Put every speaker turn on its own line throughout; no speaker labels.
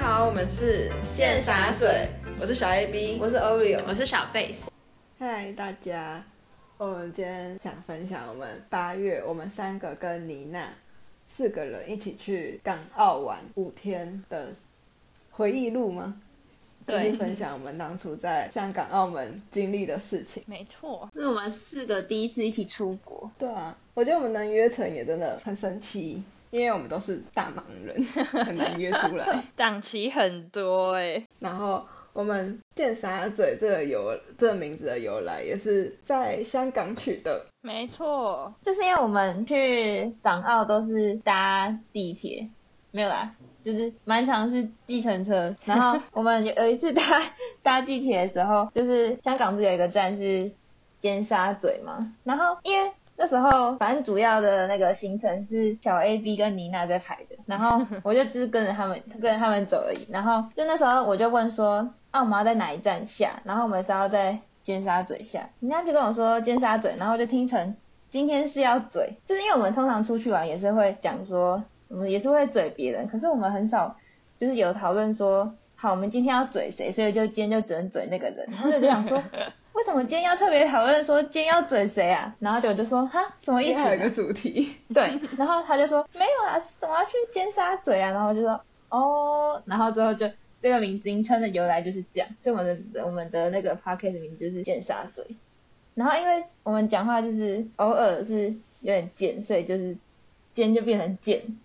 好，我们是
贱傻嘴，
我是小 A B，
我是 Oreo，
我是小贝斯，
嗨大家，我们今天想分享我们八月我们三个跟妮娜四个人一起去港澳玩五天的回忆录吗？就是
对，
分享我们当初在香港、澳门经历的事情。
没错，
是我们四个第一次一起出国，
对啊，我觉得我们能约成也真的很神奇，因为我们都是大忙 人，很难约出来。
档期很多哎、
欸
然后我们剑沙嘴这个由这个名字的由来也是在香港取的。
没错，
就是因为我们去港澳都是搭地铁，没有啦，就是蛮常是计程车。然后我们有有一次搭搭地铁的时候，就是香港不是有一个站是尖沙咀嘛，然后因为。那时候，反正主要的那个行程是小 A、B 跟妮娜在排的，然 后我就只是跟着他们，跟着他们走而已。然后就那时候我就问说，啊，我们要在哪一站下？然后我们是要在尖沙咀下，妮娜就跟我说尖沙咀，然后我就听成今天是要嘴，就是因为我们通常出去玩也是会讲说，我们也是会嘴别人，可是我们很少就是有讨论说，好，我们今天要嘴谁，所以就今天就只能嘴那个人。然后我就想说，为什么今天要特别讨论说今天要嘴谁啊？然后我就说，哈，什么意
今
思
天
啊？
还有一个主题，
对，然后他就说没有啊，我要去尖沙咀啊，然后我就说哦，然后之后就这个名字名称的由来就是这样，所以我们的我们的那个 podcast 名字就是尖沙咀。然后因为我们讲话就是偶尔是有点贱，所以就是尖就变成贱。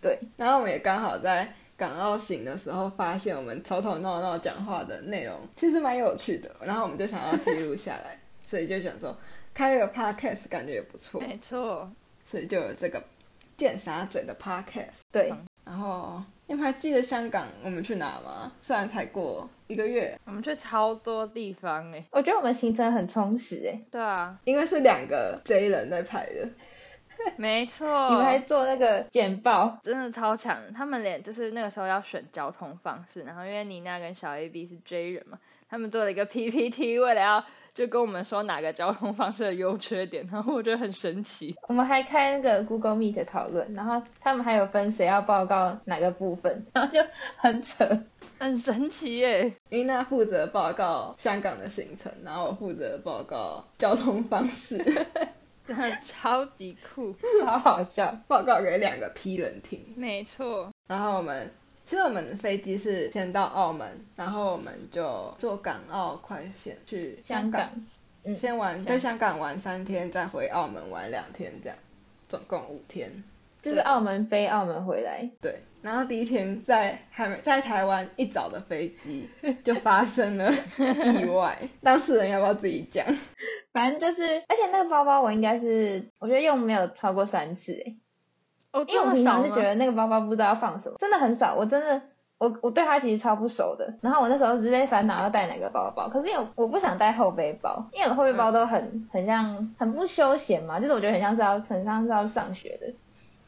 对，
然后我们也刚好在港澳行的时候发现我们吵吵闹闹讲话的内容其实蛮有趣的，然后我们就想要记录下来，所以就想说开个 podcast 感觉也不错，
没错，
所以就有这个剑沙嘴的 podcast。
对，
然后你们还记得香港我们去哪吗？虽然才过一个月，
我们去超多地方哎、
我觉得我们行程很充实欸诶、
对啊，
因为是两个 J 人在拍的，
没错，
你们还做那个简报，
哦真的超强，他们连就是那个时候要选交通方式，然后因为妮娜跟小 A B 是 J 人嘛，他们做了一个 PPT，为了要就跟我们说哪个交通方式的优缺点，然后我觉得很神奇。
我们还开那个 Google Meet 讨论，然后他们还有分谁要报告哪个部分， 然后就很扯。
很神奇耶！
妮娜负责报告香港的行程，然后我负责报告交通方式，
真的超级酷，
超好笑。
报告给两个 P 人听。
没错，
然后我们其实我们飞机是先到澳门，然后我们就坐港澳快线去香港，
嗯
先玩
香
在香港玩三天，再回澳门玩两天，这样总共五天。
就是澳门飞澳门回来，
对，然后第一天在还没在台湾一早的飞机就发生了意外，当事人要不要自己讲？
反正就是，而且那个包包我应该是，我觉得用没有超过三次欸诶、
哦，
因为
这
我
么
平
少
常是
吗
觉？得那个包包不知道要放什么，真的很少，我真的。我我对它其实超不熟的，然后我那时候直接烦恼要带哪个包包，可是因为我我不想带后背包，因为我的后背包都很很像很不休闲嘛，就是我觉得很像是要很像是要上学的，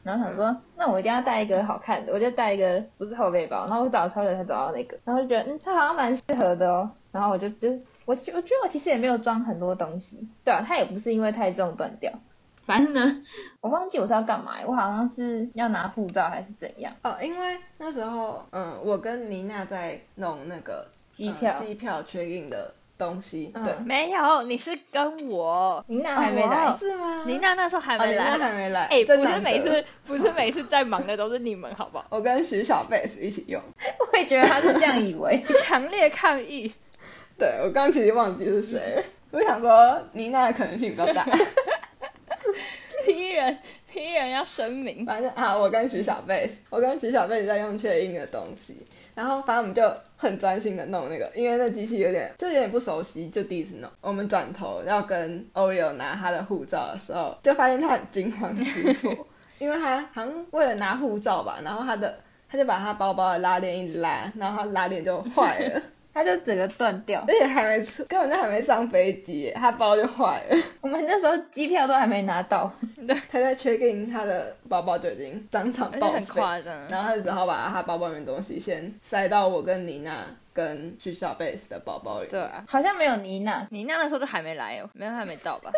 然后想说那我一定要带一个好看的，我就带一个不是后背包，然后我找了超久才找到那个，然后就觉得嗯它好像蛮适合的哦，然后我就就我其我觉得我其实也没有装很多东西，对啊，它也不是因为太重断掉，反正呢。我忘记我是要干嘛，我好像是要拿护照还是怎样？
哦，因为那时候，嗯，我跟妮娜在弄那个
机票
呃，机票确定的东西，
嗯
对，哦
没有，你是跟我，
你那还没
哦
来
哇，
是吗？
林娜那时候还
哦，
没
妮
来
娜。还没来，
哎、
真
不是
难得
每次，不是每次在忙的都是你们，好不好？
我跟徐小贝斯一起用，
我也觉得他是这样以为。
强烈抗议！
对我刚刚其实忘记是谁了，我想说妮娜的可能性比较大，
批人，批人要声明，
反正啊，我跟徐小贝斯，我跟徐小贝斯在用确印的东西，然后反正我们就很专心的弄那个，因为那机器有点就有点不熟悉，就第一次弄。我们转头要跟 Oreo 拿他的护照的时候，就发现他很惊慌失措，因为他好像为了拿护照吧，然后他的他就把他包包的拉链一拉，然后他拉链就坏了，
他就整个断掉
而。且还没出，根本就还没上飞机耶，他包就坏了。
我们那时候机票都还没拿到，
他在 check in，他的包包就已经当场
而且
报
很
废。
夸张。
然后他只好把他包包里面的东西先塞到我跟妮娜跟徐小贝斯的包包里。
对啊，
好像没有妮娜。
你那那时候就还没来哦，没有还没到吧？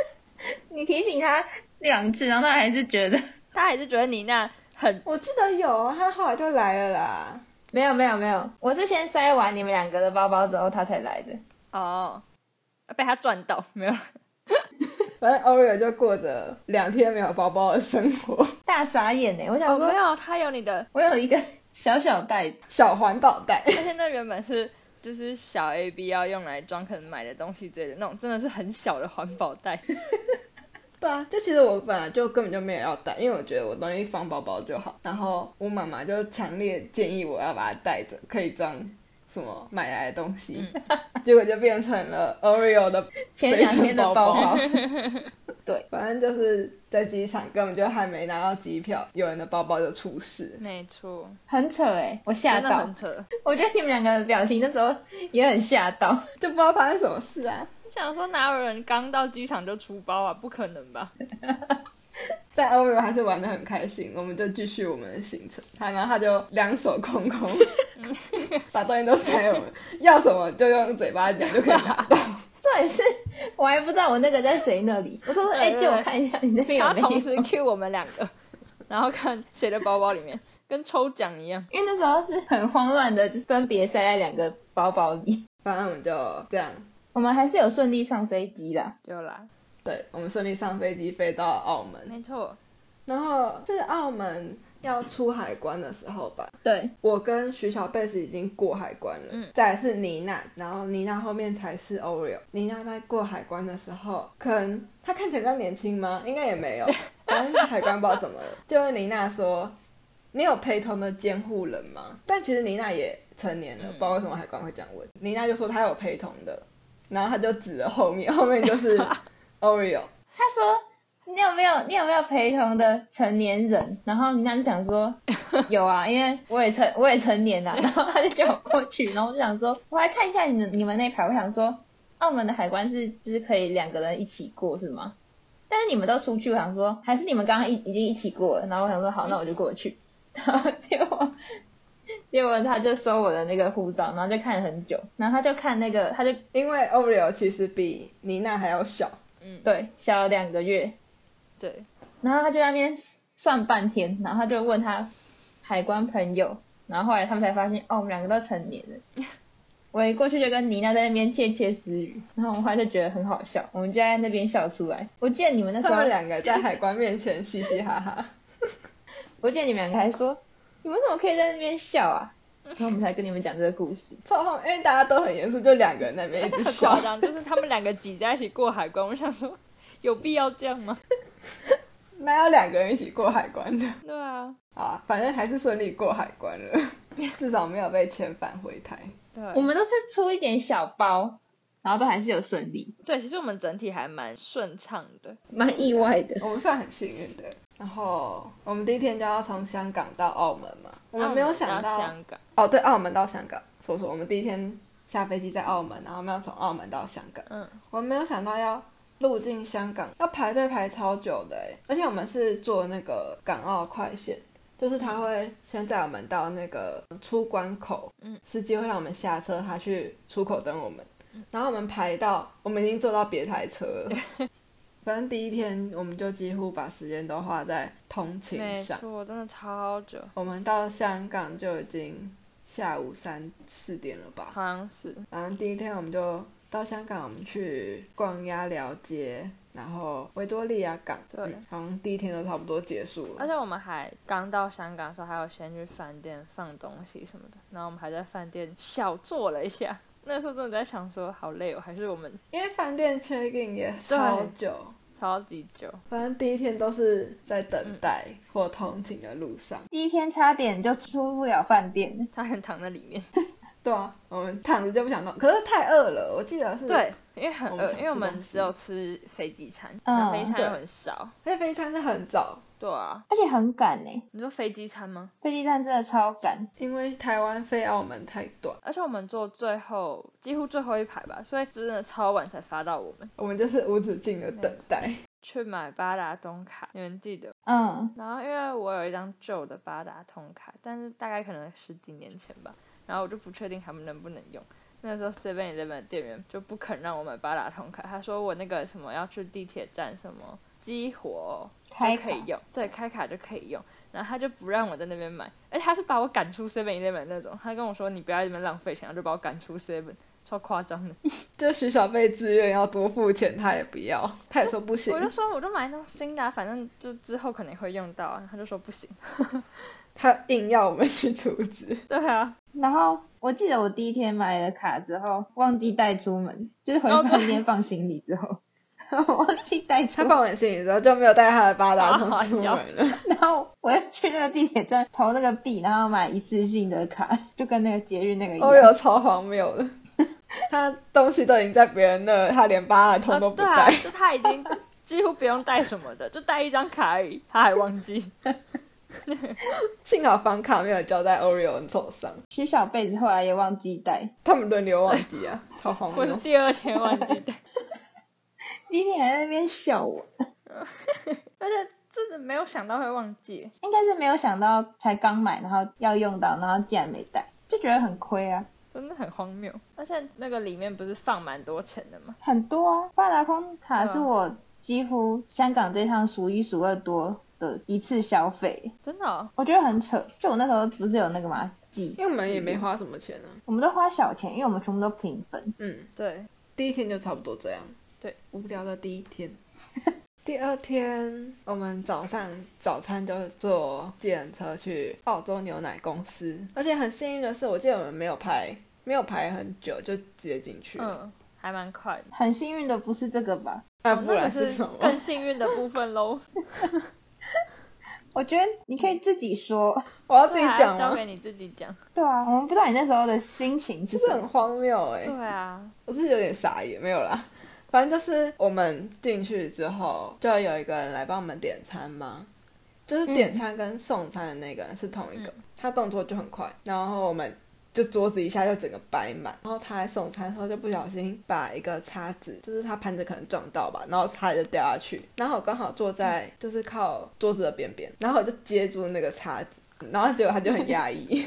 你提醒他两次，然后他还是觉得
他还是觉得你那很
我记得有，他后来就来了啦。
没有没有没有，我是先塞完你们两个的包包之后，他才来的。
哦，被他赚到 没有？
反正 Oreo 就过着两天没有包包的生活，
大傻眼呢、欸我想
哦，
说，
没有，他有你的
我有一个小小袋子，
小环保袋。
而且那原本是就是小 A B 要用来装可能买的东西之类的那种，真的是很小的环保袋。
对啊，就其实我本来就根本就没有要带，因为我觉得我东西放包包就好。然后我妈妈就强烈建议我要把它带着，可以装什么买来的东西。 结果就变成了 Oreo 的
嗯前两
随
天
身
的
包
包包
包。反正就是在机场根本就还没拿到机票，有人的包包就出事。
没错，
很扯哎、我吓
真的
到
很，扯。
我觉得你们两个的表情那时候也很吓到。
就不知道发生什么事啊。
我想说哪有人刚到机场就出包啊？不可能吧？
但 Oreo 还是玩的很开心，我们就继续我们的行程。他然后他就两手空空，把东西都塞我们，要什么就用嘴巴讲就可以拿到。
这也是我还不知道我那个在谁那里，我说哎、
对对
借我看一下你那边有
他
没
同
有？
时 cue 我们两个，然后看谁的包包里面，跟抽奖一样。
因为那时候是很慌乱的，就是分别塞在两个包包里。
反正我们就这样，
我们还是有顺利上飞机啦，
有啦，
对我们顺利上飞机飞到澳门。
没错，
然后是澳门要出海关的时候吧，
对，
我跟徐小贝是已经过海关了，
嗯
再来是妮娜，然后妮娜后面才是 Oreo。妮娜在过海关的时候，可能她看起来比较年轻吗？应该也没有， 反正海关不知道怎么了，就问妮娜说：“你有陪同的监护人吗？”但其实妮娜也成年了，不
嗯
知道为什么海关会这样问。妮娜就说她有陪同的，然后她就指了后面，后面就是 Oreo。
他说你有没有你有没有陪同的成年人？然后人家就想说有啊，因为我也成我也成年了、然后他就叫我过去，然后我就想说我还看一下你们你们那排，我想说澳门的海关是就是可以两个人一起过是吗？但是你们都出去，我想说还是你们刚刚一已经一起过了，然后我想说好，那我就过去， 然后结果。结果他就收我的那个护照，然后就看了很久，然后他就看那个，他就
因为 Oreo 其实比妮娜还要小，
对小了两个月，
对，
然后他就在那边算半天，然后他就问他海关朋友，然后后来他们才发现，哦，我们两个都成年了。我一过去就跟妮娜在那边窃窃私语，然后我们后来就觉得很好笑，我们就在那边笑出来。我记得你们那时
他们
候，
两个在海关面前嘻嘻哈哈。
我记得你们两个还说，你们怎么可以在那边笑啊？然后我们才跟你们讲这个故事。
超好，因为大家都很严肃，就两个人在那边一直
很
笑
夸。张，就是他们两个挤在一起过海关，我想说有必要这样吗？
哪有两个人一起过海关的？
对啊，
好啊，反正还是顺利过海关了， 至少没有被遣返回台。
我
对，
们都是出一点小包，然后都还是有顺利，
对，其实我们整体还蛮顺畅的。
蛮意外的。
我们算很幸运的。然后我们第一天就要从香港到澳门嘛，我们没有想
澳门
到
香港，
哦，对，澳门到香港，说说我们第一天下飞机在澳门，然后我们要从澳门到香港，
嗯，
我们没有想到要入境香港要排队排超久的欸，而且我们是坐那个港澳快线，就是他会先载我们到那个出关口，
嗯，
司机会让我们下车，他去出口等我们，然后我们排到我们已经坐到别台车了。 反正第一天我们就几乎把时间都花在通勤
没
上，
错，真的超久，
我们到香港就已经下午三四点了吧？
好像是
然后第一天我们就到香港，我们去逛鸭寮街，然后维多利亚港。
对
嗯好像第一天都差不多结束
而
了。
且我们还刚到香港的时候，还有先去饭店放东西什么的，然后我们还在饭店小坐了一下。那时候真的在想说，好累哦，还是我们
因为饭店 check in 也超久，
超级久，
反正第一天都是在等待或通勤的路上。
第一天差点就出不了饭店了，
他很躺在里面。
对啊，我们躺着就不想动，可是太饿了。我记得是，
对，因为很
我们
饿，
想
因为我
吃
们
东西
只有吃飞机餐，
嗯
然后飞机餐
对
又很少。
那飞机餐是很早，
对啊，
而且很赶呢、
你说飞机餐吗？
飞机站真的超赶，
因为台湾飞澳门太短，
而且我们坐最后几乎最后一排吧，所以真的超晚才发到我们
我们就是无止境的等待。
去买八达通卡，你们记得
嗯，
然后因为我有一张旧的八达通卡，但是大概可能十几年前吧，然后我就不确定还能不能用。那时候 Seven Eleven 的店员就不肯让我买八达通卡，他说我那个什么要去地铁站什么激活就
开
可以
卡
用，对，开卡就可以用。然后他就不让我在那边买，而且他是把我赶出 Seven Eleven 那种，他跟我说你不要在那边浪费钱，然后就把我赶出 Seven，超夸张的。
就徐小贝自愿要多付钱，他也不要，他也说不行
我，就说我就买一张新的啊、反正就之后可能会用到啊。他就说不行。
他硬要我们去阻止。
对啊，
然后我记得我第一天买了卡之后，忘记带出门，就是回
哦对
饭店放行李之后， 我忘记带出
他
门，
放完行李之后就没有带他的八达通
好好
出
笑
门了。
然后我要去那个地铁站投那个币，然后买一次性的卡，就跟那个节日那个 一
欧友
样。
哦超荒谬的， 他东西都已经在别人那，他连八达通都
哦
不
对啊
带。，
就他已经几乎不用带什么的，就带一张卡而已，他还 忘记。
幸好房卡没有交在 Oreo 手上，
徐小贝子后来也忘记带，
他们轮流忘记啊，
哎
超荒
我是
谬。
第二天忘记 带，
今天还在那边笑我，
但是真的没有想到会忘记。
应该是没有想到才刚买，然后要用到，然后竟然没带，就觉得很亏啊，
真的很荒谬，而且那个里面不是放蛮多钱的吗？
很多啊。八达通卡
对啊
是我几乎香港这趟数一数二多的一次消费，
真的、哦，
我觉得很扯。就我那时候不是有那个嘛，几，
因为我们也没
嗯
花什么钱啊，
我们都花小钱，因为我们全部都平分。
嗯，
对，
第一天就差不多这样。
对，
无聊的第一天。 第二天，我们早上早餐就坐计程车去澳洲牛奶公司，而且很幸运的是，我记得我们没有排，没有排很久就直接进去了。
嗯，还蛮快的。
很幸运的不是这个吧？
啊，
哦
不
那
然
个是
什么？
更幸运的部 分喽。
我觉得你可以自己说。
我要自己
对啊
讲
交
吗？
给你自己讲。
对啊，我们不知道你那时候的心情是
这
什
个很
么。
荒谬哎、
对啊，
我是有点傻眼，没有啦。反正就是我们进去之后，就有一个人来帮我们点餐嘛，就是点餐跟送餐的那个人是同一个，他动作就很快，然后我们就桌子一下就整个摆满，然后他在送餐的时候就不小心把一个叉子，就是他盘子可能撞到吧，然后叉子就掉下去，然后我刚好坐在就是靠桌子的边边，然后我就接住那个叉子。然后结果他就很压抑，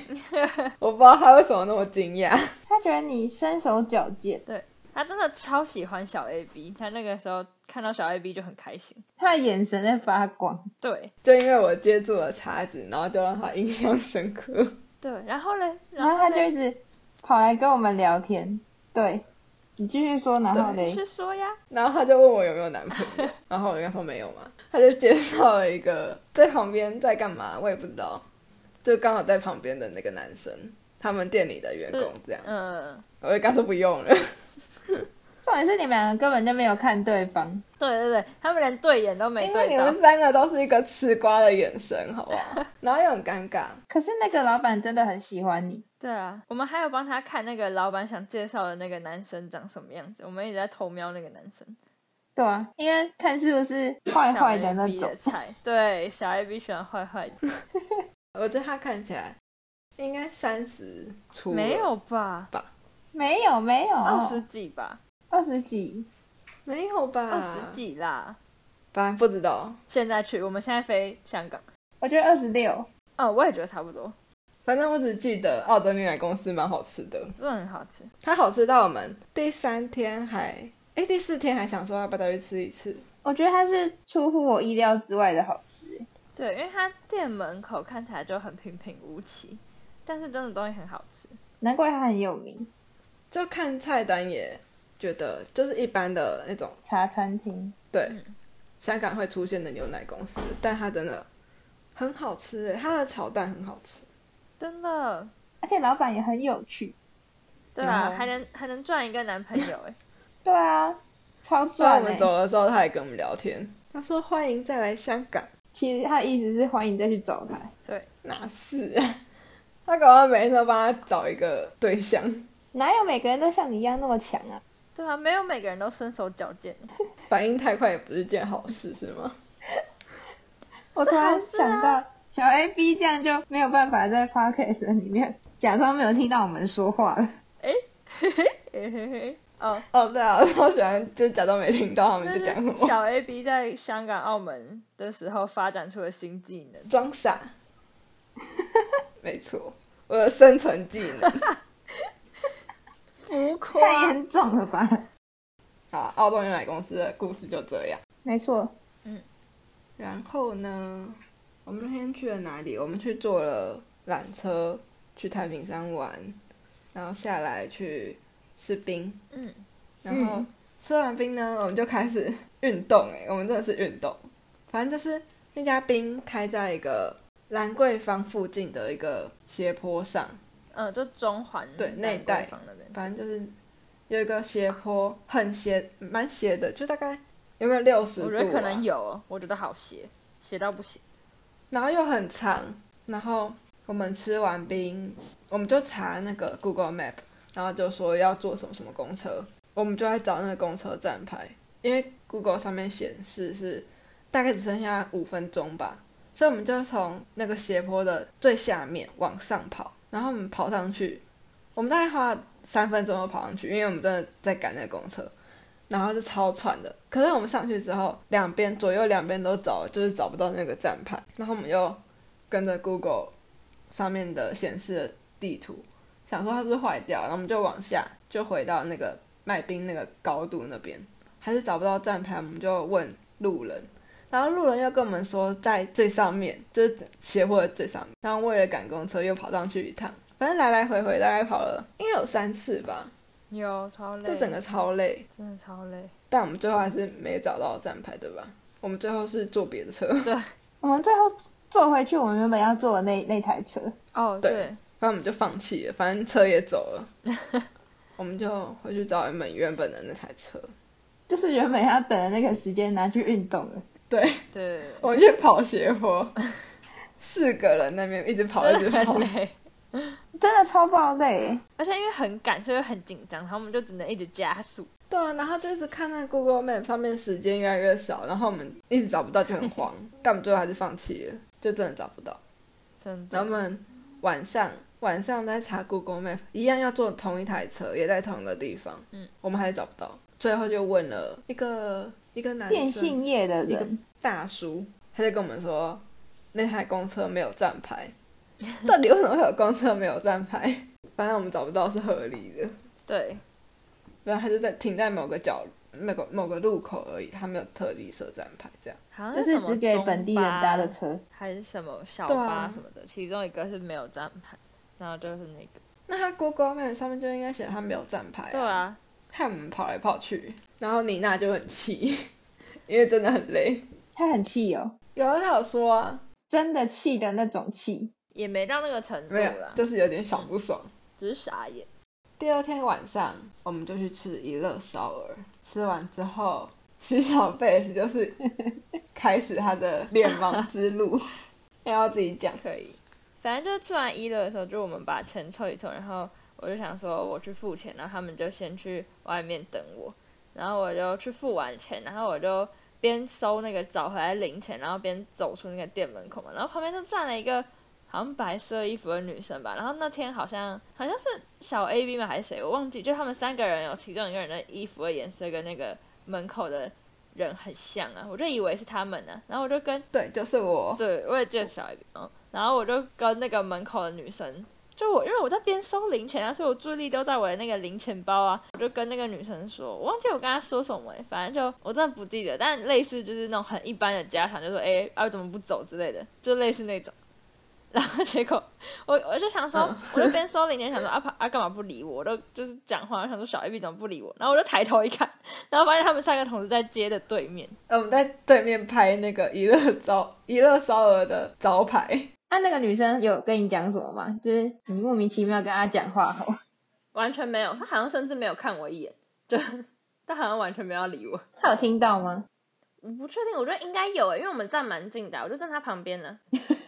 我不知道他为什么那么惊讶。
他觉得你身手矫健，
他真的超喜欢小 A B，他那个时候看到小 A B 就很开心。
他的眼神在发光。
对
就因为我接住了叉子，然后就让他印象深刻。
对，然后嘞，
然后
他
他就一直跑来跟我们聊天。对，你继续说，然后
继
嘞，
续说呀，
然后他就问我有没有男朋友，然后我就跟他说没有嘛。他就介绍了一个在旁边在干嘛，我也不知道，就刚好在旁边的那个男生，他们店里的员工这样。
嗯，
我就跟他说不用了，
重点是你们两个根本就没有看对方。
对对对，他们连对眼都没
哎
因为你
对到
们。三个都是一个吃瓜的眼神，好不好？然后又很尴尬，
可是那个老板真的很喜欢你，
对啊，我们还有帮他看那个老板想介绍的那个男生长什么样子，我们一直在偷瞄那个男生。
对啊，因为看是不是坏坏的
小
那
A
种
B 的。菜，对，小 A B 喜欢坏坏的，
我觉得他看起来应该三十出，
没有吧？
没有没有，
二十几吧，
二十几，
没有吧？
啊
二十，几啦。
反正不知道。
现在去，我们现在飞香港。
我觉得二十六。
哦，我也觉得差不多，
反正我只记得澳洲牛奶公司蛮好吃的，
真的很好吃。
它好吃到我们第三天还，哎，第四天还想说要不要再去吃一次，
我觉得它是出乎我意料之外的好吃。
对，因为它店门口看起来就很平平无奇，但是真的东西很好吃。
难怪它很有名，
就看菜单也觉得就是一般的那种，
茶餐厅。
对，
嗯
香港会出现的牛奶公司，但它真的很好吃，诶它的炒蛋很好吃，
真的，
而且老板也很有趣。
对
然
啊，
后
还能还能赚一个男朋友哎、
对啊，
所
超
以我
赚、
们
欸！
走了之后，他也跟我们聊天，他说欢迎再来香港，
其实他意思是欢迎再去找他。
哪是啊？ 他搞到每天都帮他找一个对象，
哪有每个人都像你一样那么强啊？
对啊，没有每个人都身手矫健，
反应太快也不是件好事，是吗？
我突然
是啊
想到，小 A B 这样就没有办法在 podcast 里面 假装没有听到我们说话了。
嘿嘿嘿。哦，
哦，对啊，我 超喜欢就假装没听到他们
这
在讲什
是
么，
小 A B 在香港、澳门的时候发展出的新技能。
装傻。没错，我的生存技能。
浮夸
太严重了吧？
好，澳洲牛奶公司的故事就这样。
没错，
然后呢，我们那天去了哪里？我们去坐了缆车去太平山玩，然后下来去吃冰，
嗯，
然后
嗯
吃完冰呢，我们就开始运动、欸，我们真的是运动，反正就是那家冰开在一个兰桂坊附近的一个斜坡上，
嗯，就中环
对
那
内带
房那边，
反正就是有一个斜坡，很斜，蛮斜的，就大概有没有六十度、啊？
我觉得可能有哦，我觉得好斜，斜到不行。
然后又很长，然后我们吃完冰，我们就查那个 Google Map，然后就说要坐什么什么公车，我们就在找那个公车站牌，因为 Google 上面显示是大概只剩下五分钟吧，所以我们就从那个斜坡的最下面往上跑，然后我们跑上去，我们大概花了三分钟就跑上去，因为我们真的在赶那个公车。然后就超喘的。可是我们上去之后，两边左右两边都找，就是找不到那个站牌。然后我们又跟着 Google 上面的显示的地图，想说它是不是坏掉，然后我们就往下，就回到那个卖冰那个高度那边，还是找不到站牌，我们就问路人。然后路人又跟我们说在最上面，就是斜坡的最上面。然后为了赶公车，又跑上去一趟，反正来来回回大概跑了应该有三次吧，
有超累，
就整个超累。
真的超累。
但我们最后还是没找到站牌，对吧？我们最后是坐别的车，
我们最后坐回去我们原本要坐的那那台车，
哦，
对
对，
反正我们就放弃了，反正车也走了，我们就回去找我们原本的那台车。
就是原本要等的那个时间拿去运动了。
对，
对，
我们去跑斜坡，四个人那边一直跑，一直
真的
跑
很，累。
真的超爆累，
而且因为很赶，所以很紧张，然后我们就只能一直加速。
对啊，然后就一直看那 Google Map 上面时间越来越少，然后我们一直找不到就很慌，但我们最后还是放弃了，就真的找不到。
真
然
的，
后我们晚上晚上在查 Google Map，一样要坐同一台车，也在同一个地方，
嗯，
我们还是找不到，最后就问了一个一个男
电
生
信业的
一个
人，
大叔，他就跟我们说那台公车没有站 牌，到底为什么会有公车没有站牌？反正我们找不到是合理的，
对，
然后他就在停在某个角某个某个路口而已，他没有特地设站牌这样。
好像
就是
什
是
么
只给
中
本地人
巴
搭的车。
还是什么小
对啊
巴什么的，其中一个是没有站牌，然后就是那个，
那他 Google Map 上面就应该写他没有站牌、
对啊，
看我们跑来跑去，然后妮娜就很气， 因为真的很累。
他很气哦，
有啊，她有说啊，
真的气的那种气。
也没到那个程度
没有
啦，，
就是有点小不爽。
只是傻眼。
第二天晚上，我们就去吃一乐烧鹅，吃完之后，徐小贝就是 开始他的脸盲之路， 要不要自己讲。
可以。反正就是吃完一乐的时候，就我们把钱凑一凑，然后我就想说我去付钱，然后他们就先去外面等我，然后我就去付完钱，然后我就边收那个找回来零钱，然后边走出那个店门口嘛，然后旁边就站了一个好像白色衣服的女生吧，然后那天好像好像是小 A B 嘛还是谁，我忘记，就他们三个人有其中一个人的衣服的颜色跟那个门口的人很像啊，我就以为是他们呢、啊然后我就跟
对，就是我，
对，我也见小一点。嗯，然后我就跟那个门口的女生，就我因为我在边收零钱啊，所以我注意力都在我的那个零钱包啊，我就跟那个女生说，我忘记我跟她说什么、欸，反正就我真的不记得，但类似就是那种很一般的家常，就说哎、欸啊怎么不走之类的，就类似那种。 然后结果我我就想说，我就边收零钱想说啊啊干嘛不理我？我就就是讲话，我想说小 A B 怎么不理我？然后我就抬头一看，然后发现他们三个同时在街的对面。
呃我们在对面拍那个 一乐招一乐烧鹅的招牌，
那、啊那个女生有跟你讲什么吗？就是你莫名其妙跟她讲话哦吼，
完全没有，他好像甚至没有看我一眼，对，他好像完全没有理我。
她有听到吗？
我不确定，我觉得应该有诶，欸因为我们站蛮近的啊，我就站他旁边呢，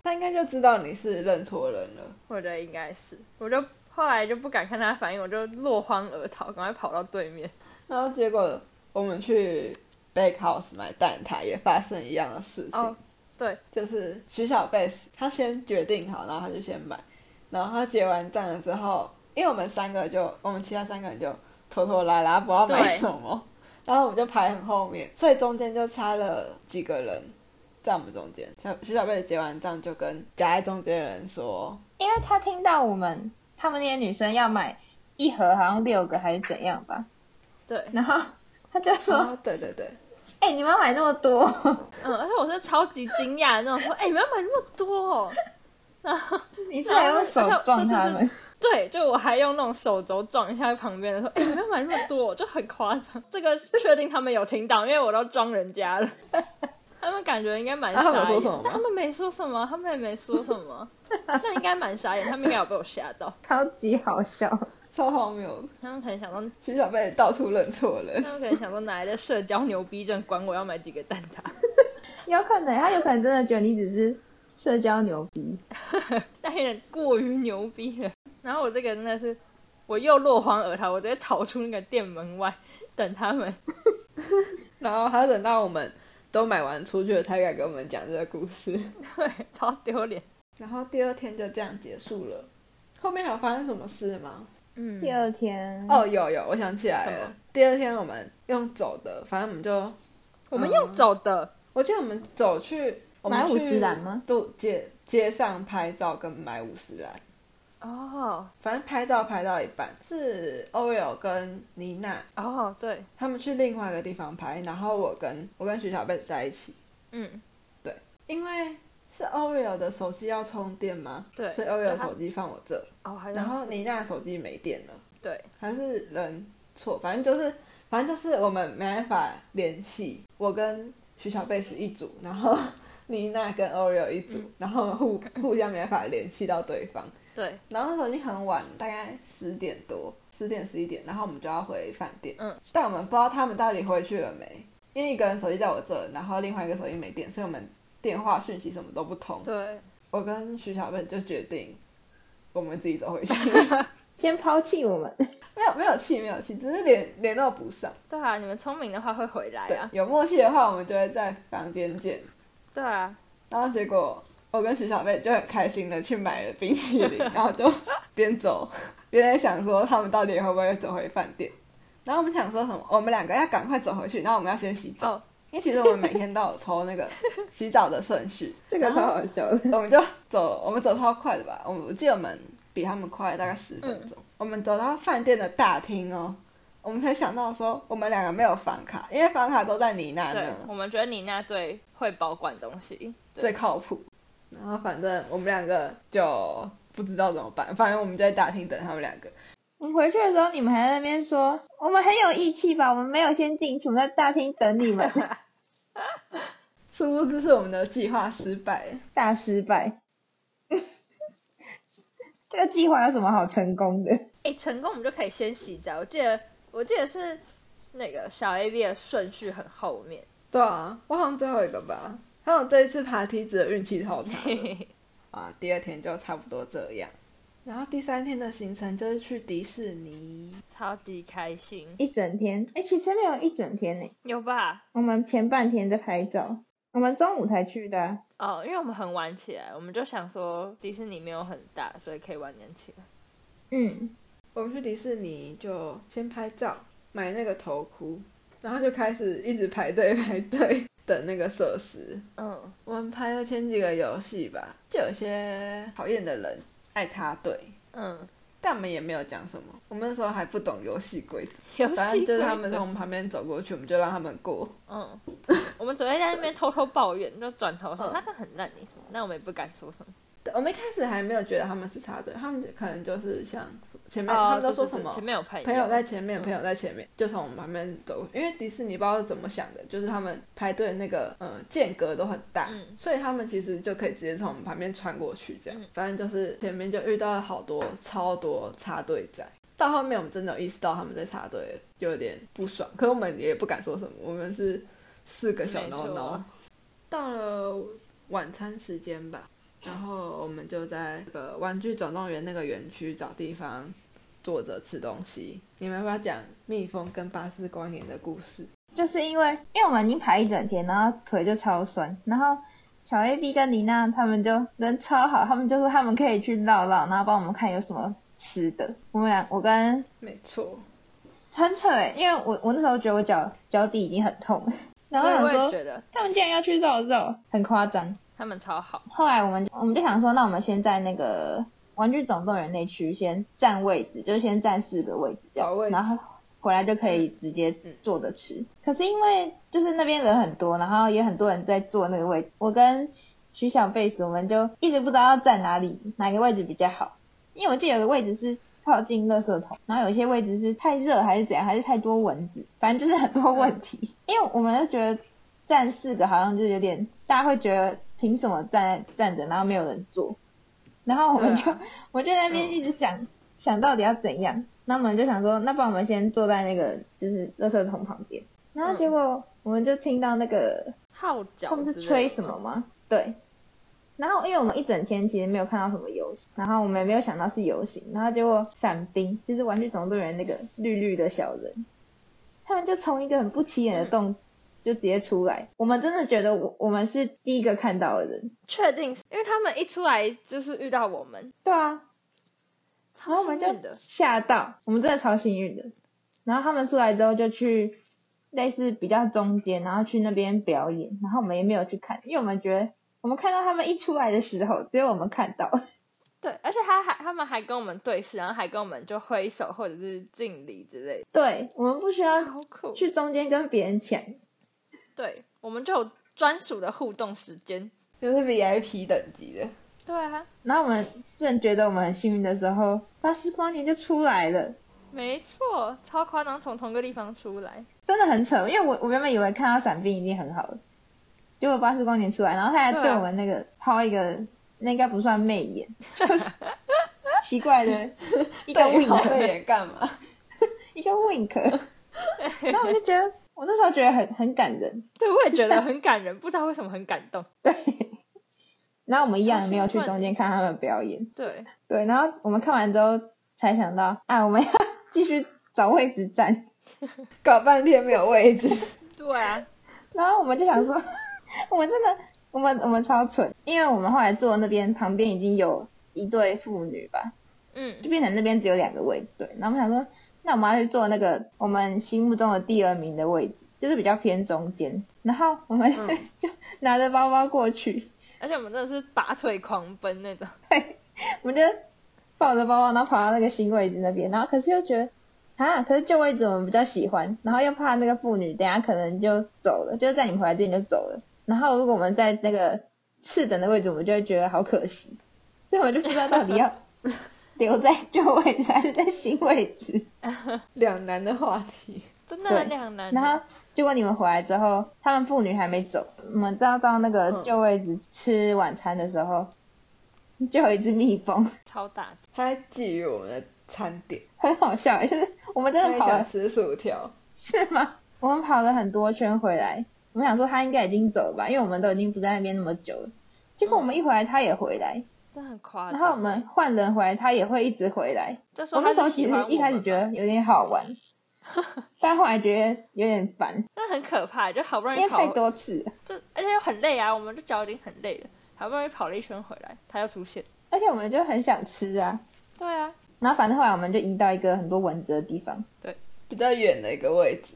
他应该就知道你是认错人了。
我觉得应该是，我就后来就不敢看他反应，我就落荒而逃，赶快跑到对面。
然后结果我们去 Bakehouse 买蛋挞，也发生一样的事情。
哦对，
就是徐小贝斯，他先决定好，然后他就先买，然后他结完账了之后，因为我们三个就我们其他三个人就拖拖拉拉，不知道买
对
什么，然后我们就排很后面，所以中间就差了几个人在我们中间。小徐小贝斯结完账就跟夹在中间的人 说，
因为她听到我们他们那些女生要买一盒，好像六个还是怎样吧，
对，
然后她就说、
哦哦，对对对，
哎、你们要买那么多？
嗯，而且我是超级惊讶的那种，说，哎、你们要买那么多、哦？然后
你是还用手撞他
而且这
们？
对，就我还用那种手肘撞一下旁边的，说，哎、你们要买那么多哦、就很夸张。这个确定他们有听到，因为我都装人家了。他们感觉应该蛮
那
傻
啊他们
眼的。
有说什么吗
他们没说什么，他们也没说什么，那应该蛮傻眼，他们应该有被我吓到。
超级好笑。
超荒谬的。
他们可能想说，
徐小贝到处认错人
他，们可能想说，哪来的社交牛逼症，管我要买几个蛋挞？
有可能，他有可能真的觉得你只是社交牛逼。
但有点过于牛逼了。然后我这个真的是，我又落荒而逃，我直接逃出那个店门外等他们。
然后他等到我们都买完出去了，才敢跟我们讲这个故事。
对，超丢脸。
然后第二天就这样结束了。后面有发生什么事吗？
嗯，
第二天，
哦，有有，我想起来
什
了
么。
第二天我们用走的，反正我们就，
我
嗯
们又走的，
我记得我们走去我们
买
去
五十兰吗？
路街街上拍照跟买五十兰，
哦
反正拍照拍到一半是 Oreo 跟妮娜
哦，对，
他们去另外一个地方拍，然后我跟我跟徐小贝在一起，
嗯，
因为是 Oreo 的手机要充电吗？
对
所以 Oreo 的
对它
手机放我这，
哦，好
然
像
后妮娜的手机没电了。
对，
还是人错，反正就是反正就是我们没办法联系。我跟徐小贝是一组，然后妮娜跟 Oreo 一组，然后互互相没办法联系到对方。
对，
然后那时候已经很晚，大概十点多，十点十一点，然后我们就要回饭店。
嗯，
但我们不知道他们到底回去了没，因为一个人手机在我这，然后另外一个手机没电，所以我们电话讯息什么都不通。
对，
我跟徐小贝就决定，我们自己走 回去。
先抛弃我们，
没有没有气，没有气，只是联联络不上。
对啊，你们聪明的话会回来
对
啊，，
有默契的话，我们就会在房间见。
对啊，
然后结果我跟徐小贝就很开心的去买了冰淇淋，然后就边走 边在想说他们到底会不会走回饭店。然后我们想说什么？我们两个要赶快走回去，然后我们要先洗澡，
哦，
因为其实我们每天都有抽那个 洗澡的顺序。
这个超好笑的。
我们就走，我们走超快的吧？我们我记得我们比他们快大概十分钟。
嗯
我们走到饭店的大厅哦，我们才想到说我们两个没有房卡，因为房卡都在妮娜
对
那，
我们觉得你那最会保管东西，对
最靠谱。然后反正我们两个就不知道怎么办，反正我们就在大厅等他们两个。
我们回去的时候，你们还在那边说我们很有义气吧？我们没有先进去，我们在大厅等 你们，
殊不知是我们的计划失败。
大失败。 这个计划有什么好成功的？
哎，成功我们就可以先洗澡，我记得，我记得是那个小 A B 的顺序很后面，
对啊，我好像最后一个吧。还有这一次爬梯子的运气超差的。 啊，第二天就差不多这样。然后第三天的行程就是去迪士尼，
超级开心，
一整天，哎、其实没有一整天呢、
有吧？
我们前半天在拍照，我们中午才去的啊、
哦，因为我们很晚起来，我们就想说迪士尼没有很大，所以可以晚点起来。
嗯，
我们去迪士尼就先拍照，买那个头箍，然后就开始一直排队排队等那个设施。
嗯，
我们拍了前几个游戏吧，就有些讨厌的人爱插队，
嗯，
但我们也没有讲什么。我们那时候还不懂游戏规则，
游戏
反正就是他
规
们
则
从我们旁边走过去，我们就让他们过。
嗯，我们昨天在那边偷偷抱怨，就转头说
嗯
那个很烂，你什么？那我们也不敢说什么。
我们一开始还没有觉得他们是插队，他们可能就是像前面、
哦
他们都说
对
什
对对
么
前面有朋友，
朋友在前面，
嗯
朋友在前面，就从我们旁边走。因为迪士尼不知道是怎么想的，就是他们排队那个呃间隔都很大，
嗯
所以他们其实就可以直接从我们旁边穿过去，这样。
嗯
反正就是前面就遇到了好多超多插队仔。到后面我们真的有意识到他们在插队了，就有点不爽，可是我们也不敢说什么，我们是四个小
没
孬
错
孬。到了晚餐时间吧，然后我们就在那个玩具总动员那个园区找地方坐着吃东西。你们要不要讲蜜蜂跟巴斯光年的故事？
就是因为因为我们已经排一整天，然后腿就超酸，然后小 A B 跟妮娜他们就人超好，他们就说他们可以去绕绕，然后帮我们看有什么吃的。我们俩我跟
没错，
很扯哎，因为我我那时候觉得我脚脚底已经很痛了，然后
对
想
我也
说
觉得
他们竟然要去绕绕，很夸张。
他们超好。
后来我们我们就想说，那我们先在那个玩具总动员那区先占位置，就先占四个位置这样，嗯
找位置
然后回来就可以直接做着吃。可是因为就是那边人很多，然后也很多人在坐那个位，我跟徐小贝斯我们就一直不知道要站哪里，哪个位置比较好。因为我记得有个位置是靠近垃圾桶，然后有一些位置是太热还是怎样，还是太多蚊子，反正就是很多问题。因为我们就觉得站四个好像就有点，大家会觉得凭什么站站着，然后没有人坐？然后我们就、
对
我就在那边一直想、想到底要怎样，那我们就想说，那不然我们先坐在那个就是垃圾桶旁边，然后结果我们就听到那个
号角
他们是
之类
吹
的
什么
吗？
吗？对。然后因为我们一整天其实没有看到什么游行，然后我们也没有想到是游行，然后结果伞兵就是玩具总动员那个绿绿的小人，他们就从一个很不起眼的
嗯
洞就直接出来，我们真的觉得我我们是第一个看到的人。
确定，因为他们一出来就是遇到我们，
对啊，然
超
后
幸
我们就
运的。
吓到，我们真的超幸运的。然后他们出来之后就去类似比较中间，然后去那边表演，然后我们也没有去看，因为我们觉得我们看到他们一出来的时候，只有我们看到。
对，而且他还他们还跟我们对视，然后还跟我们就挥手或者是敬礼之类的，
对，我们不需要
好酷。
啊去中间跟别人抢。
对，我们就有专属的互动时间。
就是 VIP 等级的，
对啊，
然后我们正觉得我们很幸运的时候，巴斯光年就出来了，
没错，超夸张，从同个地方出来。
真的很扯。因为我我原本以为看到伞兵已经很好了，结果巴斯光年出来，然后他还
对啊
对我们那个抛一个，那应该不算媚眼，就是奇怪的一个
对，好
wink，
背眼干嘛？
一个 wink。然后我就觉得，我那时候觉得很很感人，
对，我也觉得很感人，不知道为什么很感动。
对。然后我们一样
超
没有
兴
去
奋
中间看他们表演，
对，
对，然后我们看完之后才想到，啊，我们要继续找位置站。
搞半天没有位置，
对啊，
然后我们就想说， 我们真的，我们我们超蠢，因为我们后来坐那边旁边已经有一对父女吧，
嗯，
就变成那边只有两个位置。对，然后我们想说，那我们要去坐那个我们心目中的第二名的位置，就是比较偏中间。然后我们 就、拿着包包过去，
而且我们真的是拔腿狂奔那种。
我们就抱着包包，然后跑到那个新位置那边，然后可是又觉得。啊！可是旧位置我们比较喜欢，然后又怕那个妇女等一下可能就走了，就是在你们回来之前就走了。然后如果我们在那个次等的位置，我们就会觉得好可惜，所以我就不知道到 底要留在旧位置还是在新位置。
两难的话题。
真的
对
很两
嗯
难。欸
然后结果你们回来之后，他们妇女还没走，我们到到那个旧位置吃晚餐的时候，就有一只蜜蜂，
超大，
他还觊觎我们的餐点，
很好笑，就是我们
他
真
也
的跑了
想吃薯条，
是吗？ 我们跑了很多圈回来，我们想说他应该已经走了吧，因为我们都已经不在那边那么久了。结果我
嗯
们一回来，他也回来，
真的很夸张。
然后我们换人回来，他也会一直回来。
就啊说
我那时
他
候
是
其
喜
实
欢
一
我
开始
们
觉
嘛
得有点好 玩，但后来觉得有点烦，
那很可怕，就好不容
因
易
为
跑
太多次了，
就而且又很累啊，我们就脚已经很累了，好不容易跑了一圈回来，它又出现。
而且我们就很想吃啊。
对啊，
然后反正后来我们就移到一个很多蚊子的地方，
比较远的一个位置，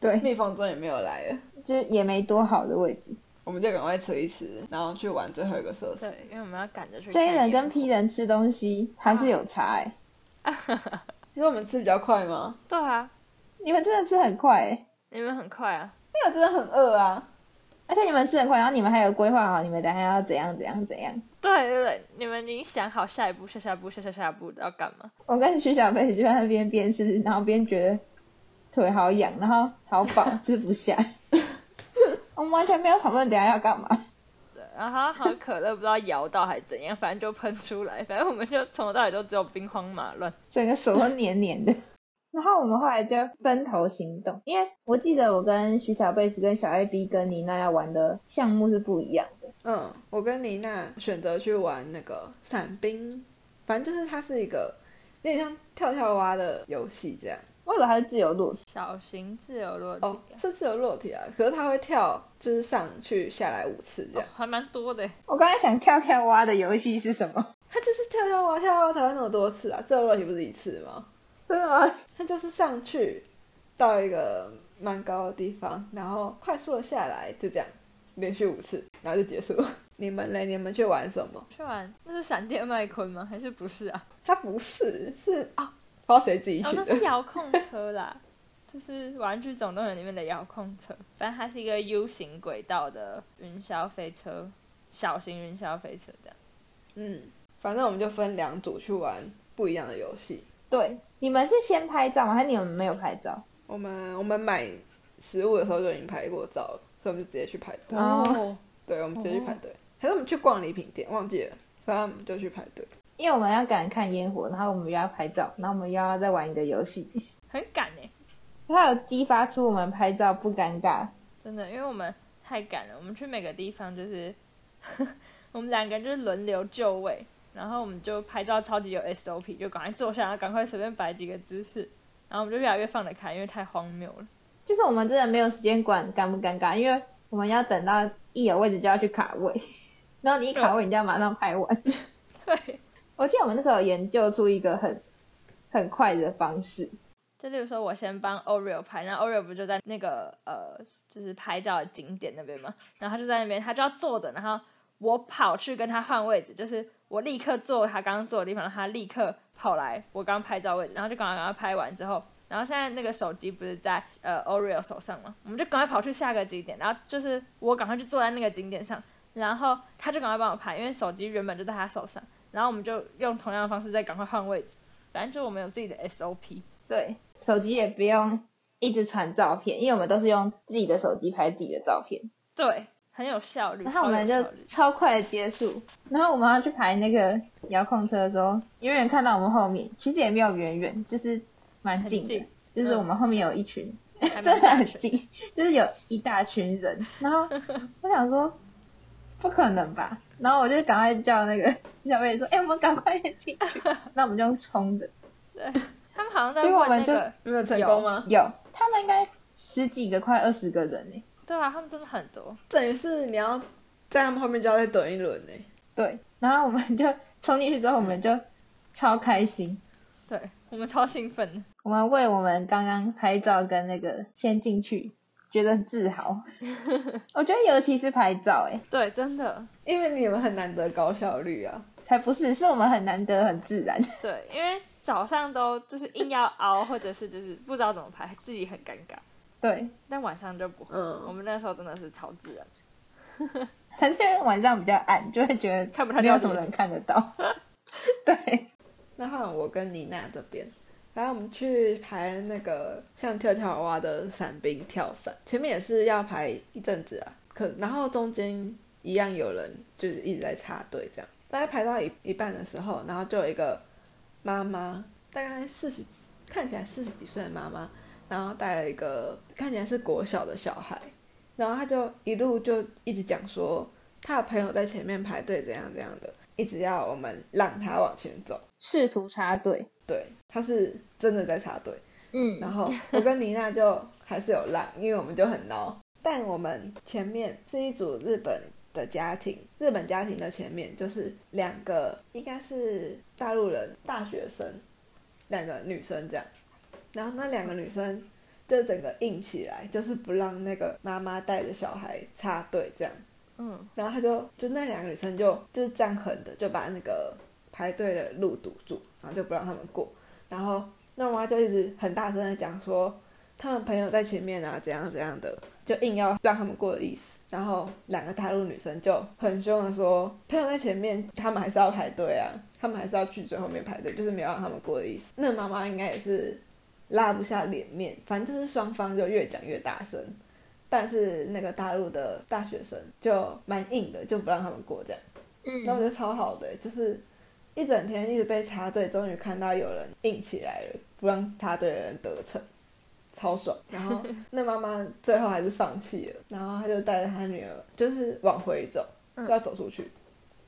对，
蜜蜂终于没有来了，
就是也没多好的位置。
我们就赶快吃一吃，然后去玩最后一个设施。
对，因为我们要赶着去看
追
演。
人跟 P 人吃东西还
啊
是有差哎、
因为我们吃比较快吗？
对啊，
你们真的吃很快哎、
你们很快啊，
那个真的很饿啊，
而且你们吃很快，然后你们还有规划好，你们等下要怎样怎样怎样。
对对对，你们已经想好下一步、下下步、下下下步要干嘛？
我跟徐小飞就在那边边吃，然后边觉得腿好痒，然后好饱，吃不 下。我们完全没有讨论等下要干嘛。
对，然后好像可乐不知道摇到还是怎样，反正就喷出来，反正我们就从头到尾都只有兵荒马乱。
整个手都黏黏的。然后我们后来就分头行动，因为我记得我跟徐小贝子、跟小 A B、跟妮娜要玩的项目是不一样的。
嗯，我跟妮娜选择去玩那个伞兵，反正就是它是一个有点像跳跳蛙的游戏这样。
我以为它是自由落体，
小型自由落体
哦，是自由落体啊，可是它会跳，就是上去下来五次这
啊、
样
哦。还蛮多的耶。
我刚才想跳跳蛙的游戏是什么？
它就是跳跳蛙，跳跳蛙才会那么多次啊，自由落体不是一次吗？
真的吗？
它就是上去到一个蛮高的地方，然后快速的下来，就这样连续五次，然后就结束 了。你们嘞？你们去玩什么？
去玩那是闪电麦昆吗？还是不是啊？
它不是，是啊，不知道谁自己
哦，
取
那
的
是。遥控车啦。 就是《玩具总动员》里面的遥控车，反正它是一个 U 型轨道的云霄飞车，小型云霄飞车这样。
嗯，反正我们就分两组去玩不一样的游戏。
对，你们是先拍照吗？还是你们没有拍照？
我们我们买食物的时候就已经排过照了，所以我们就直接去排队。
哦
对，我们直接去排队。还是我们去逛礼品店，忘记了，反正我们就去排队。
因为我们要赶看烟火，然后我们又要拍照，然后我们又要再玩一个游戏，
很赶哎、
它有激发出我们拍照不尴尬。
真的，因为我们太赶了，我们去每个地方就是 我们两个人就是轮流就位，然后我们就拍照超级有 SOP，就赶快坐下，然后赶快随便摆几个姿势，然后我们就越来越放得开，因为太荒谬了。
就是我们真的没有时间管尴不尴尬，因为我们要等到一有位置就要去卡位， 然后你一卡位，你就要马上拍完。
对，
我记得我们那时候有研究出一个很很快的方式，
就例如说，我先帮 Oreo 拍，然后 Oreo 不就在那个呃，就是拍照的景点那边嘛，然后他就在那边，他就要坐着，然后我跑去跟他换位置，就是我立刻坐他刚刚坐的地方，然后他立刻跑来我刚拍照位置，然后就赶快赶快拍完之后，然后现在那个手机不是在呃 Oreo 手上嘛，我们就赶快跑去下个景点，然后就是我赶快去坐在那个景点上，然后他就赶快帮我拍，因为手机原本就在他手上，然后我们就用同样的方式再赶快换位置，反正就我们有自己的 SOP。
对，手机也不用一直传照片，因为我们都是用自己的手机拍自己的照片，
对，很有效率。
然后我
嗯超有
们就
效率
超快的结束。然后我们要去排那个遥控车的时候，远远看到我们后面，其实也没有远远，就是蛮近
很
的
近，嗯
就是我们后面有一群
还蛮
真的很
安全
近，就是有一大群人，然后我想说，不可能吧，然后我就赶快叫那个 小妹说，哎、我们赶 快进去，那我们就用冲的，
他们好像在
结果我
问
们
那
就
个，
你们成功吗？
有，他们应该十几个，快二十个人欸呢，
对啊，他们真的很多，
等于是你要在他们后面就要再等一轮呢、
对，然后我们就冲进去之后，我们就超开心，
对我们超兴奋的。
我们为我们刚刚拍照跟那个先进去觉得很自豪， 我觉得尤其是拍照，哎，
对，真的，
因为你们很难得高效率啊。
才不是，是我们很难得很自然。
对，因为早上都就是硬要熬，或者是就是不知道怎么拍，自己很尴尬。
对，
但晚上就不会，我
嗯，
们那时候真的是超自然。
可是因为晚上比较暗，就会觉得
看不太
没有
到
什么
底
人看得 到。对，
那换我跟妮娜这边。然后我们去排那个像跳跳蛙的伞兵跳伞，前面也是要排一阵子啊，可然后中间一样有人就是一直在插队这样，大概排到一一半的时候，然后就有一个妈妈，大概四十，看起来四十几岁的妈妈，然后带了一个看起来是国小的小孩，然后他就一路就一直讲说他的朋友在前面排队怎样怎样的，一直要我们让他往前走。
试图插队。
对，他是真的在插队。
嗯
然后我跟妮娜就还是有浪，因为我们就很孬。但我们前面是一组日本的家庭，日本家庭的前面就是两个应该是大陆人大学生，两个女生这样。然后那两个女生就整个硬起来，就是不让那个妈妈带着小孩插队这样。
嗯，
然后他就就那两个女生就就是站狠的，就把那个排队的路堵住，然后就不让他们过。然后那我妈就一直很大声的讲说，他们朋友在前面啊，怎样怎样的，就硬要让他们过的意思。然后两个大陆女生就很凶的说，朋友在前面，他们还是要排队啊，他们还是要去最后面排队，就是没有让他们过的意思。那妈妈应该也是拉不下脸面，反正就是双方就越讲越大声。但是那个大陆的大学生就蛮硬的，就不让他们过这样。那我
嗯，
觉得超好的欸、就是一整天一直被插队，终于看到有人硬起来了，不让插队的人得逞，超爽。然后那妈妈最后还是放弃了，然后她就带着她女儿就是往回走，就要走出去。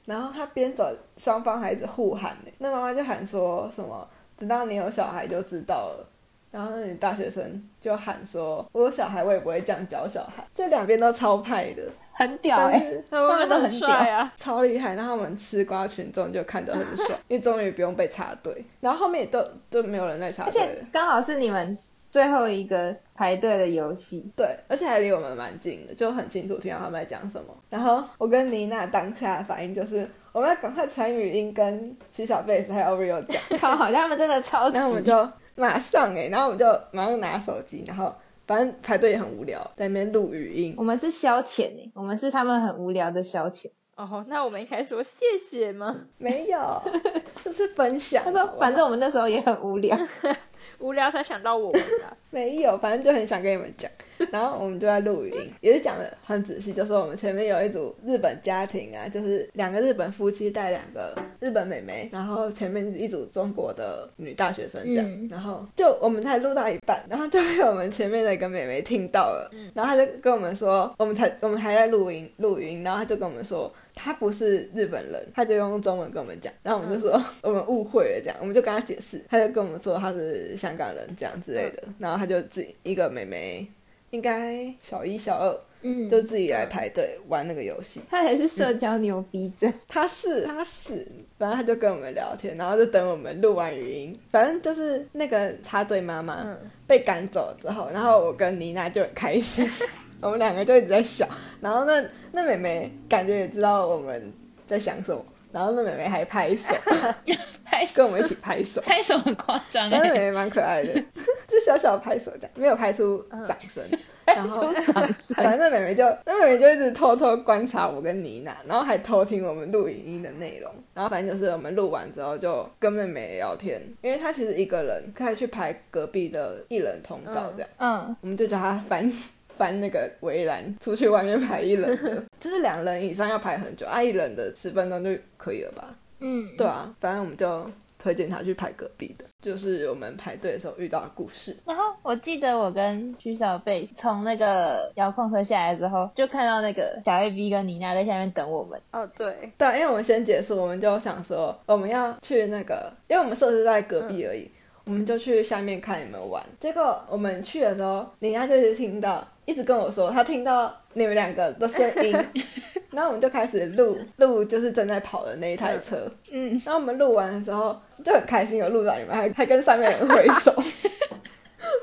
然后她边走，双方还一直互喊呢、那妈妈就喊说什么：“等到你有小孩就知道了。”然后那女大学生就喊说：“我有小孩，我也不会这样教小孩。”这两边都超派的，
很屌
但
哎、欸，
是
所以我
他
们
们
都
都
很
很
帅啊。
超厉害，然后我们吃瓜群众就看得很 爽，因为终于不用被插队，然后后面也都就没有人在插
而
队
且
了，
刚好是你们最后一个排队的游 戏。
对，而且还离我们蛮近的，就很清楚听到他们在讲什么。然后我跟妮娜当下的反应就是，我们要赶快传语音跟徐小贝斯还有 Oreo 讲，
超好，他们真的超级。
然后我们就马上哎、然后我们就马上拿手机，然后反正排队也很无聊，在那边录语音
我。们是消遣诶、我们是他们很无聊的消遣。
哦，那我们应该说谢谢吗？
没有，就是分享。
他说，反正我们那时候也很无聊。
无聊才想到我们的啊、
没有，反正就很想跟你们讲。 然后我们就在录语音，也是讲的很仔细，就说我们前面有一组日本家庭啊，就是两个日本夫妻带两个日本妹妹，然后前面一组中国的女大学生这样，
嗯
然后就我们才录到一半，然后就被我们前面的一个妹妹听到了，然后她就跟我们说，我们才我们还在录音录音，然后她就跟我们说。她不是日本人，她就用中文跟我们讲，然后我们就说、 我们误会了这样，我们就跟她解释，她就跟我们说她是香港人这样之类的，然后她就自己一个妹妹应该小一、小二
嗯，
就自己来排队玩那个游戏。
他也是社交牛逼症。
他是他是，反正他就跟我们聊天，然后就等我们录完语音。反正就是那个插队妈妈
嗯
被赶走之后，然后我跟妮娜就很开心，我们两个就一直在笑。然后那那妹妹感觉也知道我们在想什么，然后那妹妹还拍手，
拍手
跟我们一起拍手。
拍手很夸张
但是
哎，
妹妹蛮可爱的， 就小小拍手这样，没有拍出掌声。
嗯
然后 反正妹妹就那妹妹就一直偷偷观察我跟妮娜，然后还偷听我们录影音的内容。然后反正就是我们录完之后就跟妹妹聊天，因为她其实一个人可以去排隔壁的一人通道这样，
嗯，
我们就叫她翻。 翻那个围栏出去外面排一人的，就是两人以上要排很久，啊一人的十分钟就可以了吧？
嗯，
对啊，反正我们就推荐他去排隔壁的，就是我们排队的时候遇到的故事。
然后我记得我跟徐小贝从那个遥控车下来之后，就看到那个小 A B 跟妮娜在下面等我们。
哦，对，
对啊，因为我们先结束，我们就想说哦我们要去那个，因为我们设置在隔壁而已，我们就去下面看你们玩。结果我们去的时候，李娜就一直听到，一直跟我说她听到你们两个的声音，然后我们就开始录录，就是正在跑的那一台车。
嗯，
然后我们录完的时候就很开心，有录到你们，还还跟上面的人挥手，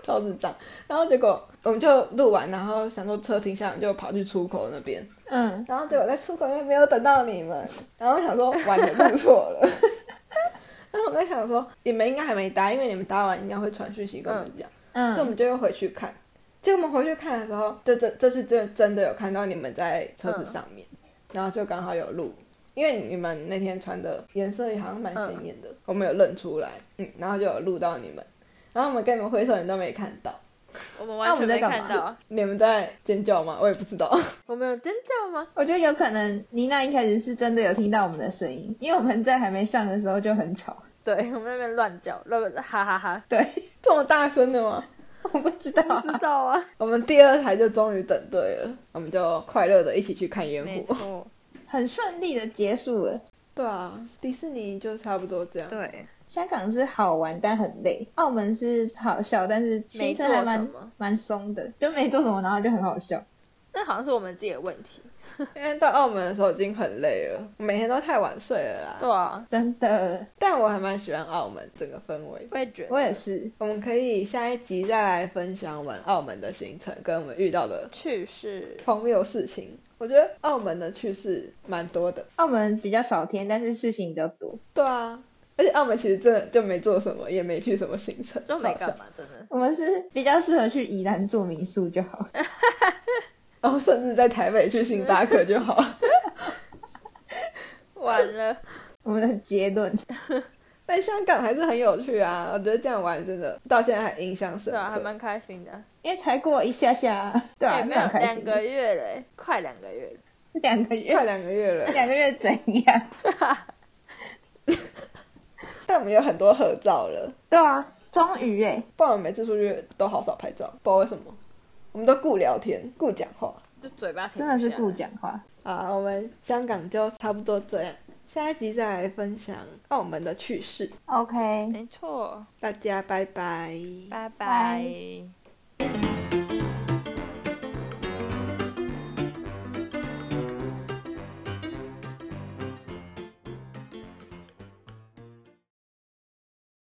超智障。然后结果我们就录完，然后想说车停下来，我们就跑去出口那边，
嗯，
然后结果在出口那边没有等到你们，然后我想说完了录错了。然后我在想说，你们应该还没搭，因为你们搭完应该会传讯息跟我们讲，所以我
嗯，
们就又回去看。结果我们回去看的时候，就这这次就真的有看到你们在车子上面，然后就刚好有录，因为你们那天穿的颜色也好像蛮鲜艳的，我们有认出来，嗯，然后就有录到你们，然后我们跟你们挥手，你都没看到，
我们
那
完
我
全
们在
没
干
看
嘛
到啊，
你们在尖叫吗？我也不知道，
我们有尖叫吗？
我觉得有可能妮娜一开始是真的有听到我们的声音，因为我们在还没上的时候就很吵。
对，我们那边乱叫，乱哈哈哈，
对，
这么大声的吗？
我不知道、啊
知。道 啊，
我们第二台就终于等对了，我们就快乐的一起去看烟
没
火。
错，
很顺利的结束了。
对啊，迪士尼就差不多这样。
对，
香港是好玩但很累，澳门是好笑，但是行程还
没
蛮
做什么
蛮松的，就没做什么，然后就很好笑。
那好像是我们自己的问题，
因为到澳门的时候已经很累了，每天都太晚睡了啦。
对啊，
真的，
但我还蛮喜欢澳门整个氛围。
我也觉得
我也是。
我们可以下一集再来分享我们澳门的行程跟我们遇到的
去是
朋友事情。我觉得澳门的趣事蛮多的。
澳门比较少天，但是事情比较多。
对啊，而且澳门其实真的就没做什么，也没去什么行程，
就没
超
干
像
嘛，真的。
我们是比较适合去宜兰住民宿就好，
然后甚至在台北去星巴克就 好。
完 了，
我们的结论。
但香港还是很有趣啊，我觉得这样玩真的到现在还印象深刻。
对啊，还蛮开心的，
因为才过一下下，对啊，
也没有
蛮开
两
心
个
的。
月嘞，快两个月了，
两个
快
月，
两个月了，
两个月怎样？
但我们有很多合照了，
对啊，终于哎，
不然我们每次出去都好少拍照，不知道为什么，我们都顾聊天，顾讲话。
就嘴巴停
真的是
不
不
下来
讲话。
啊，我们香港就差不多这样，下一集再来分享澳门的趣事，
OK，
没错，
大家拜拜。
拜
拜
拜。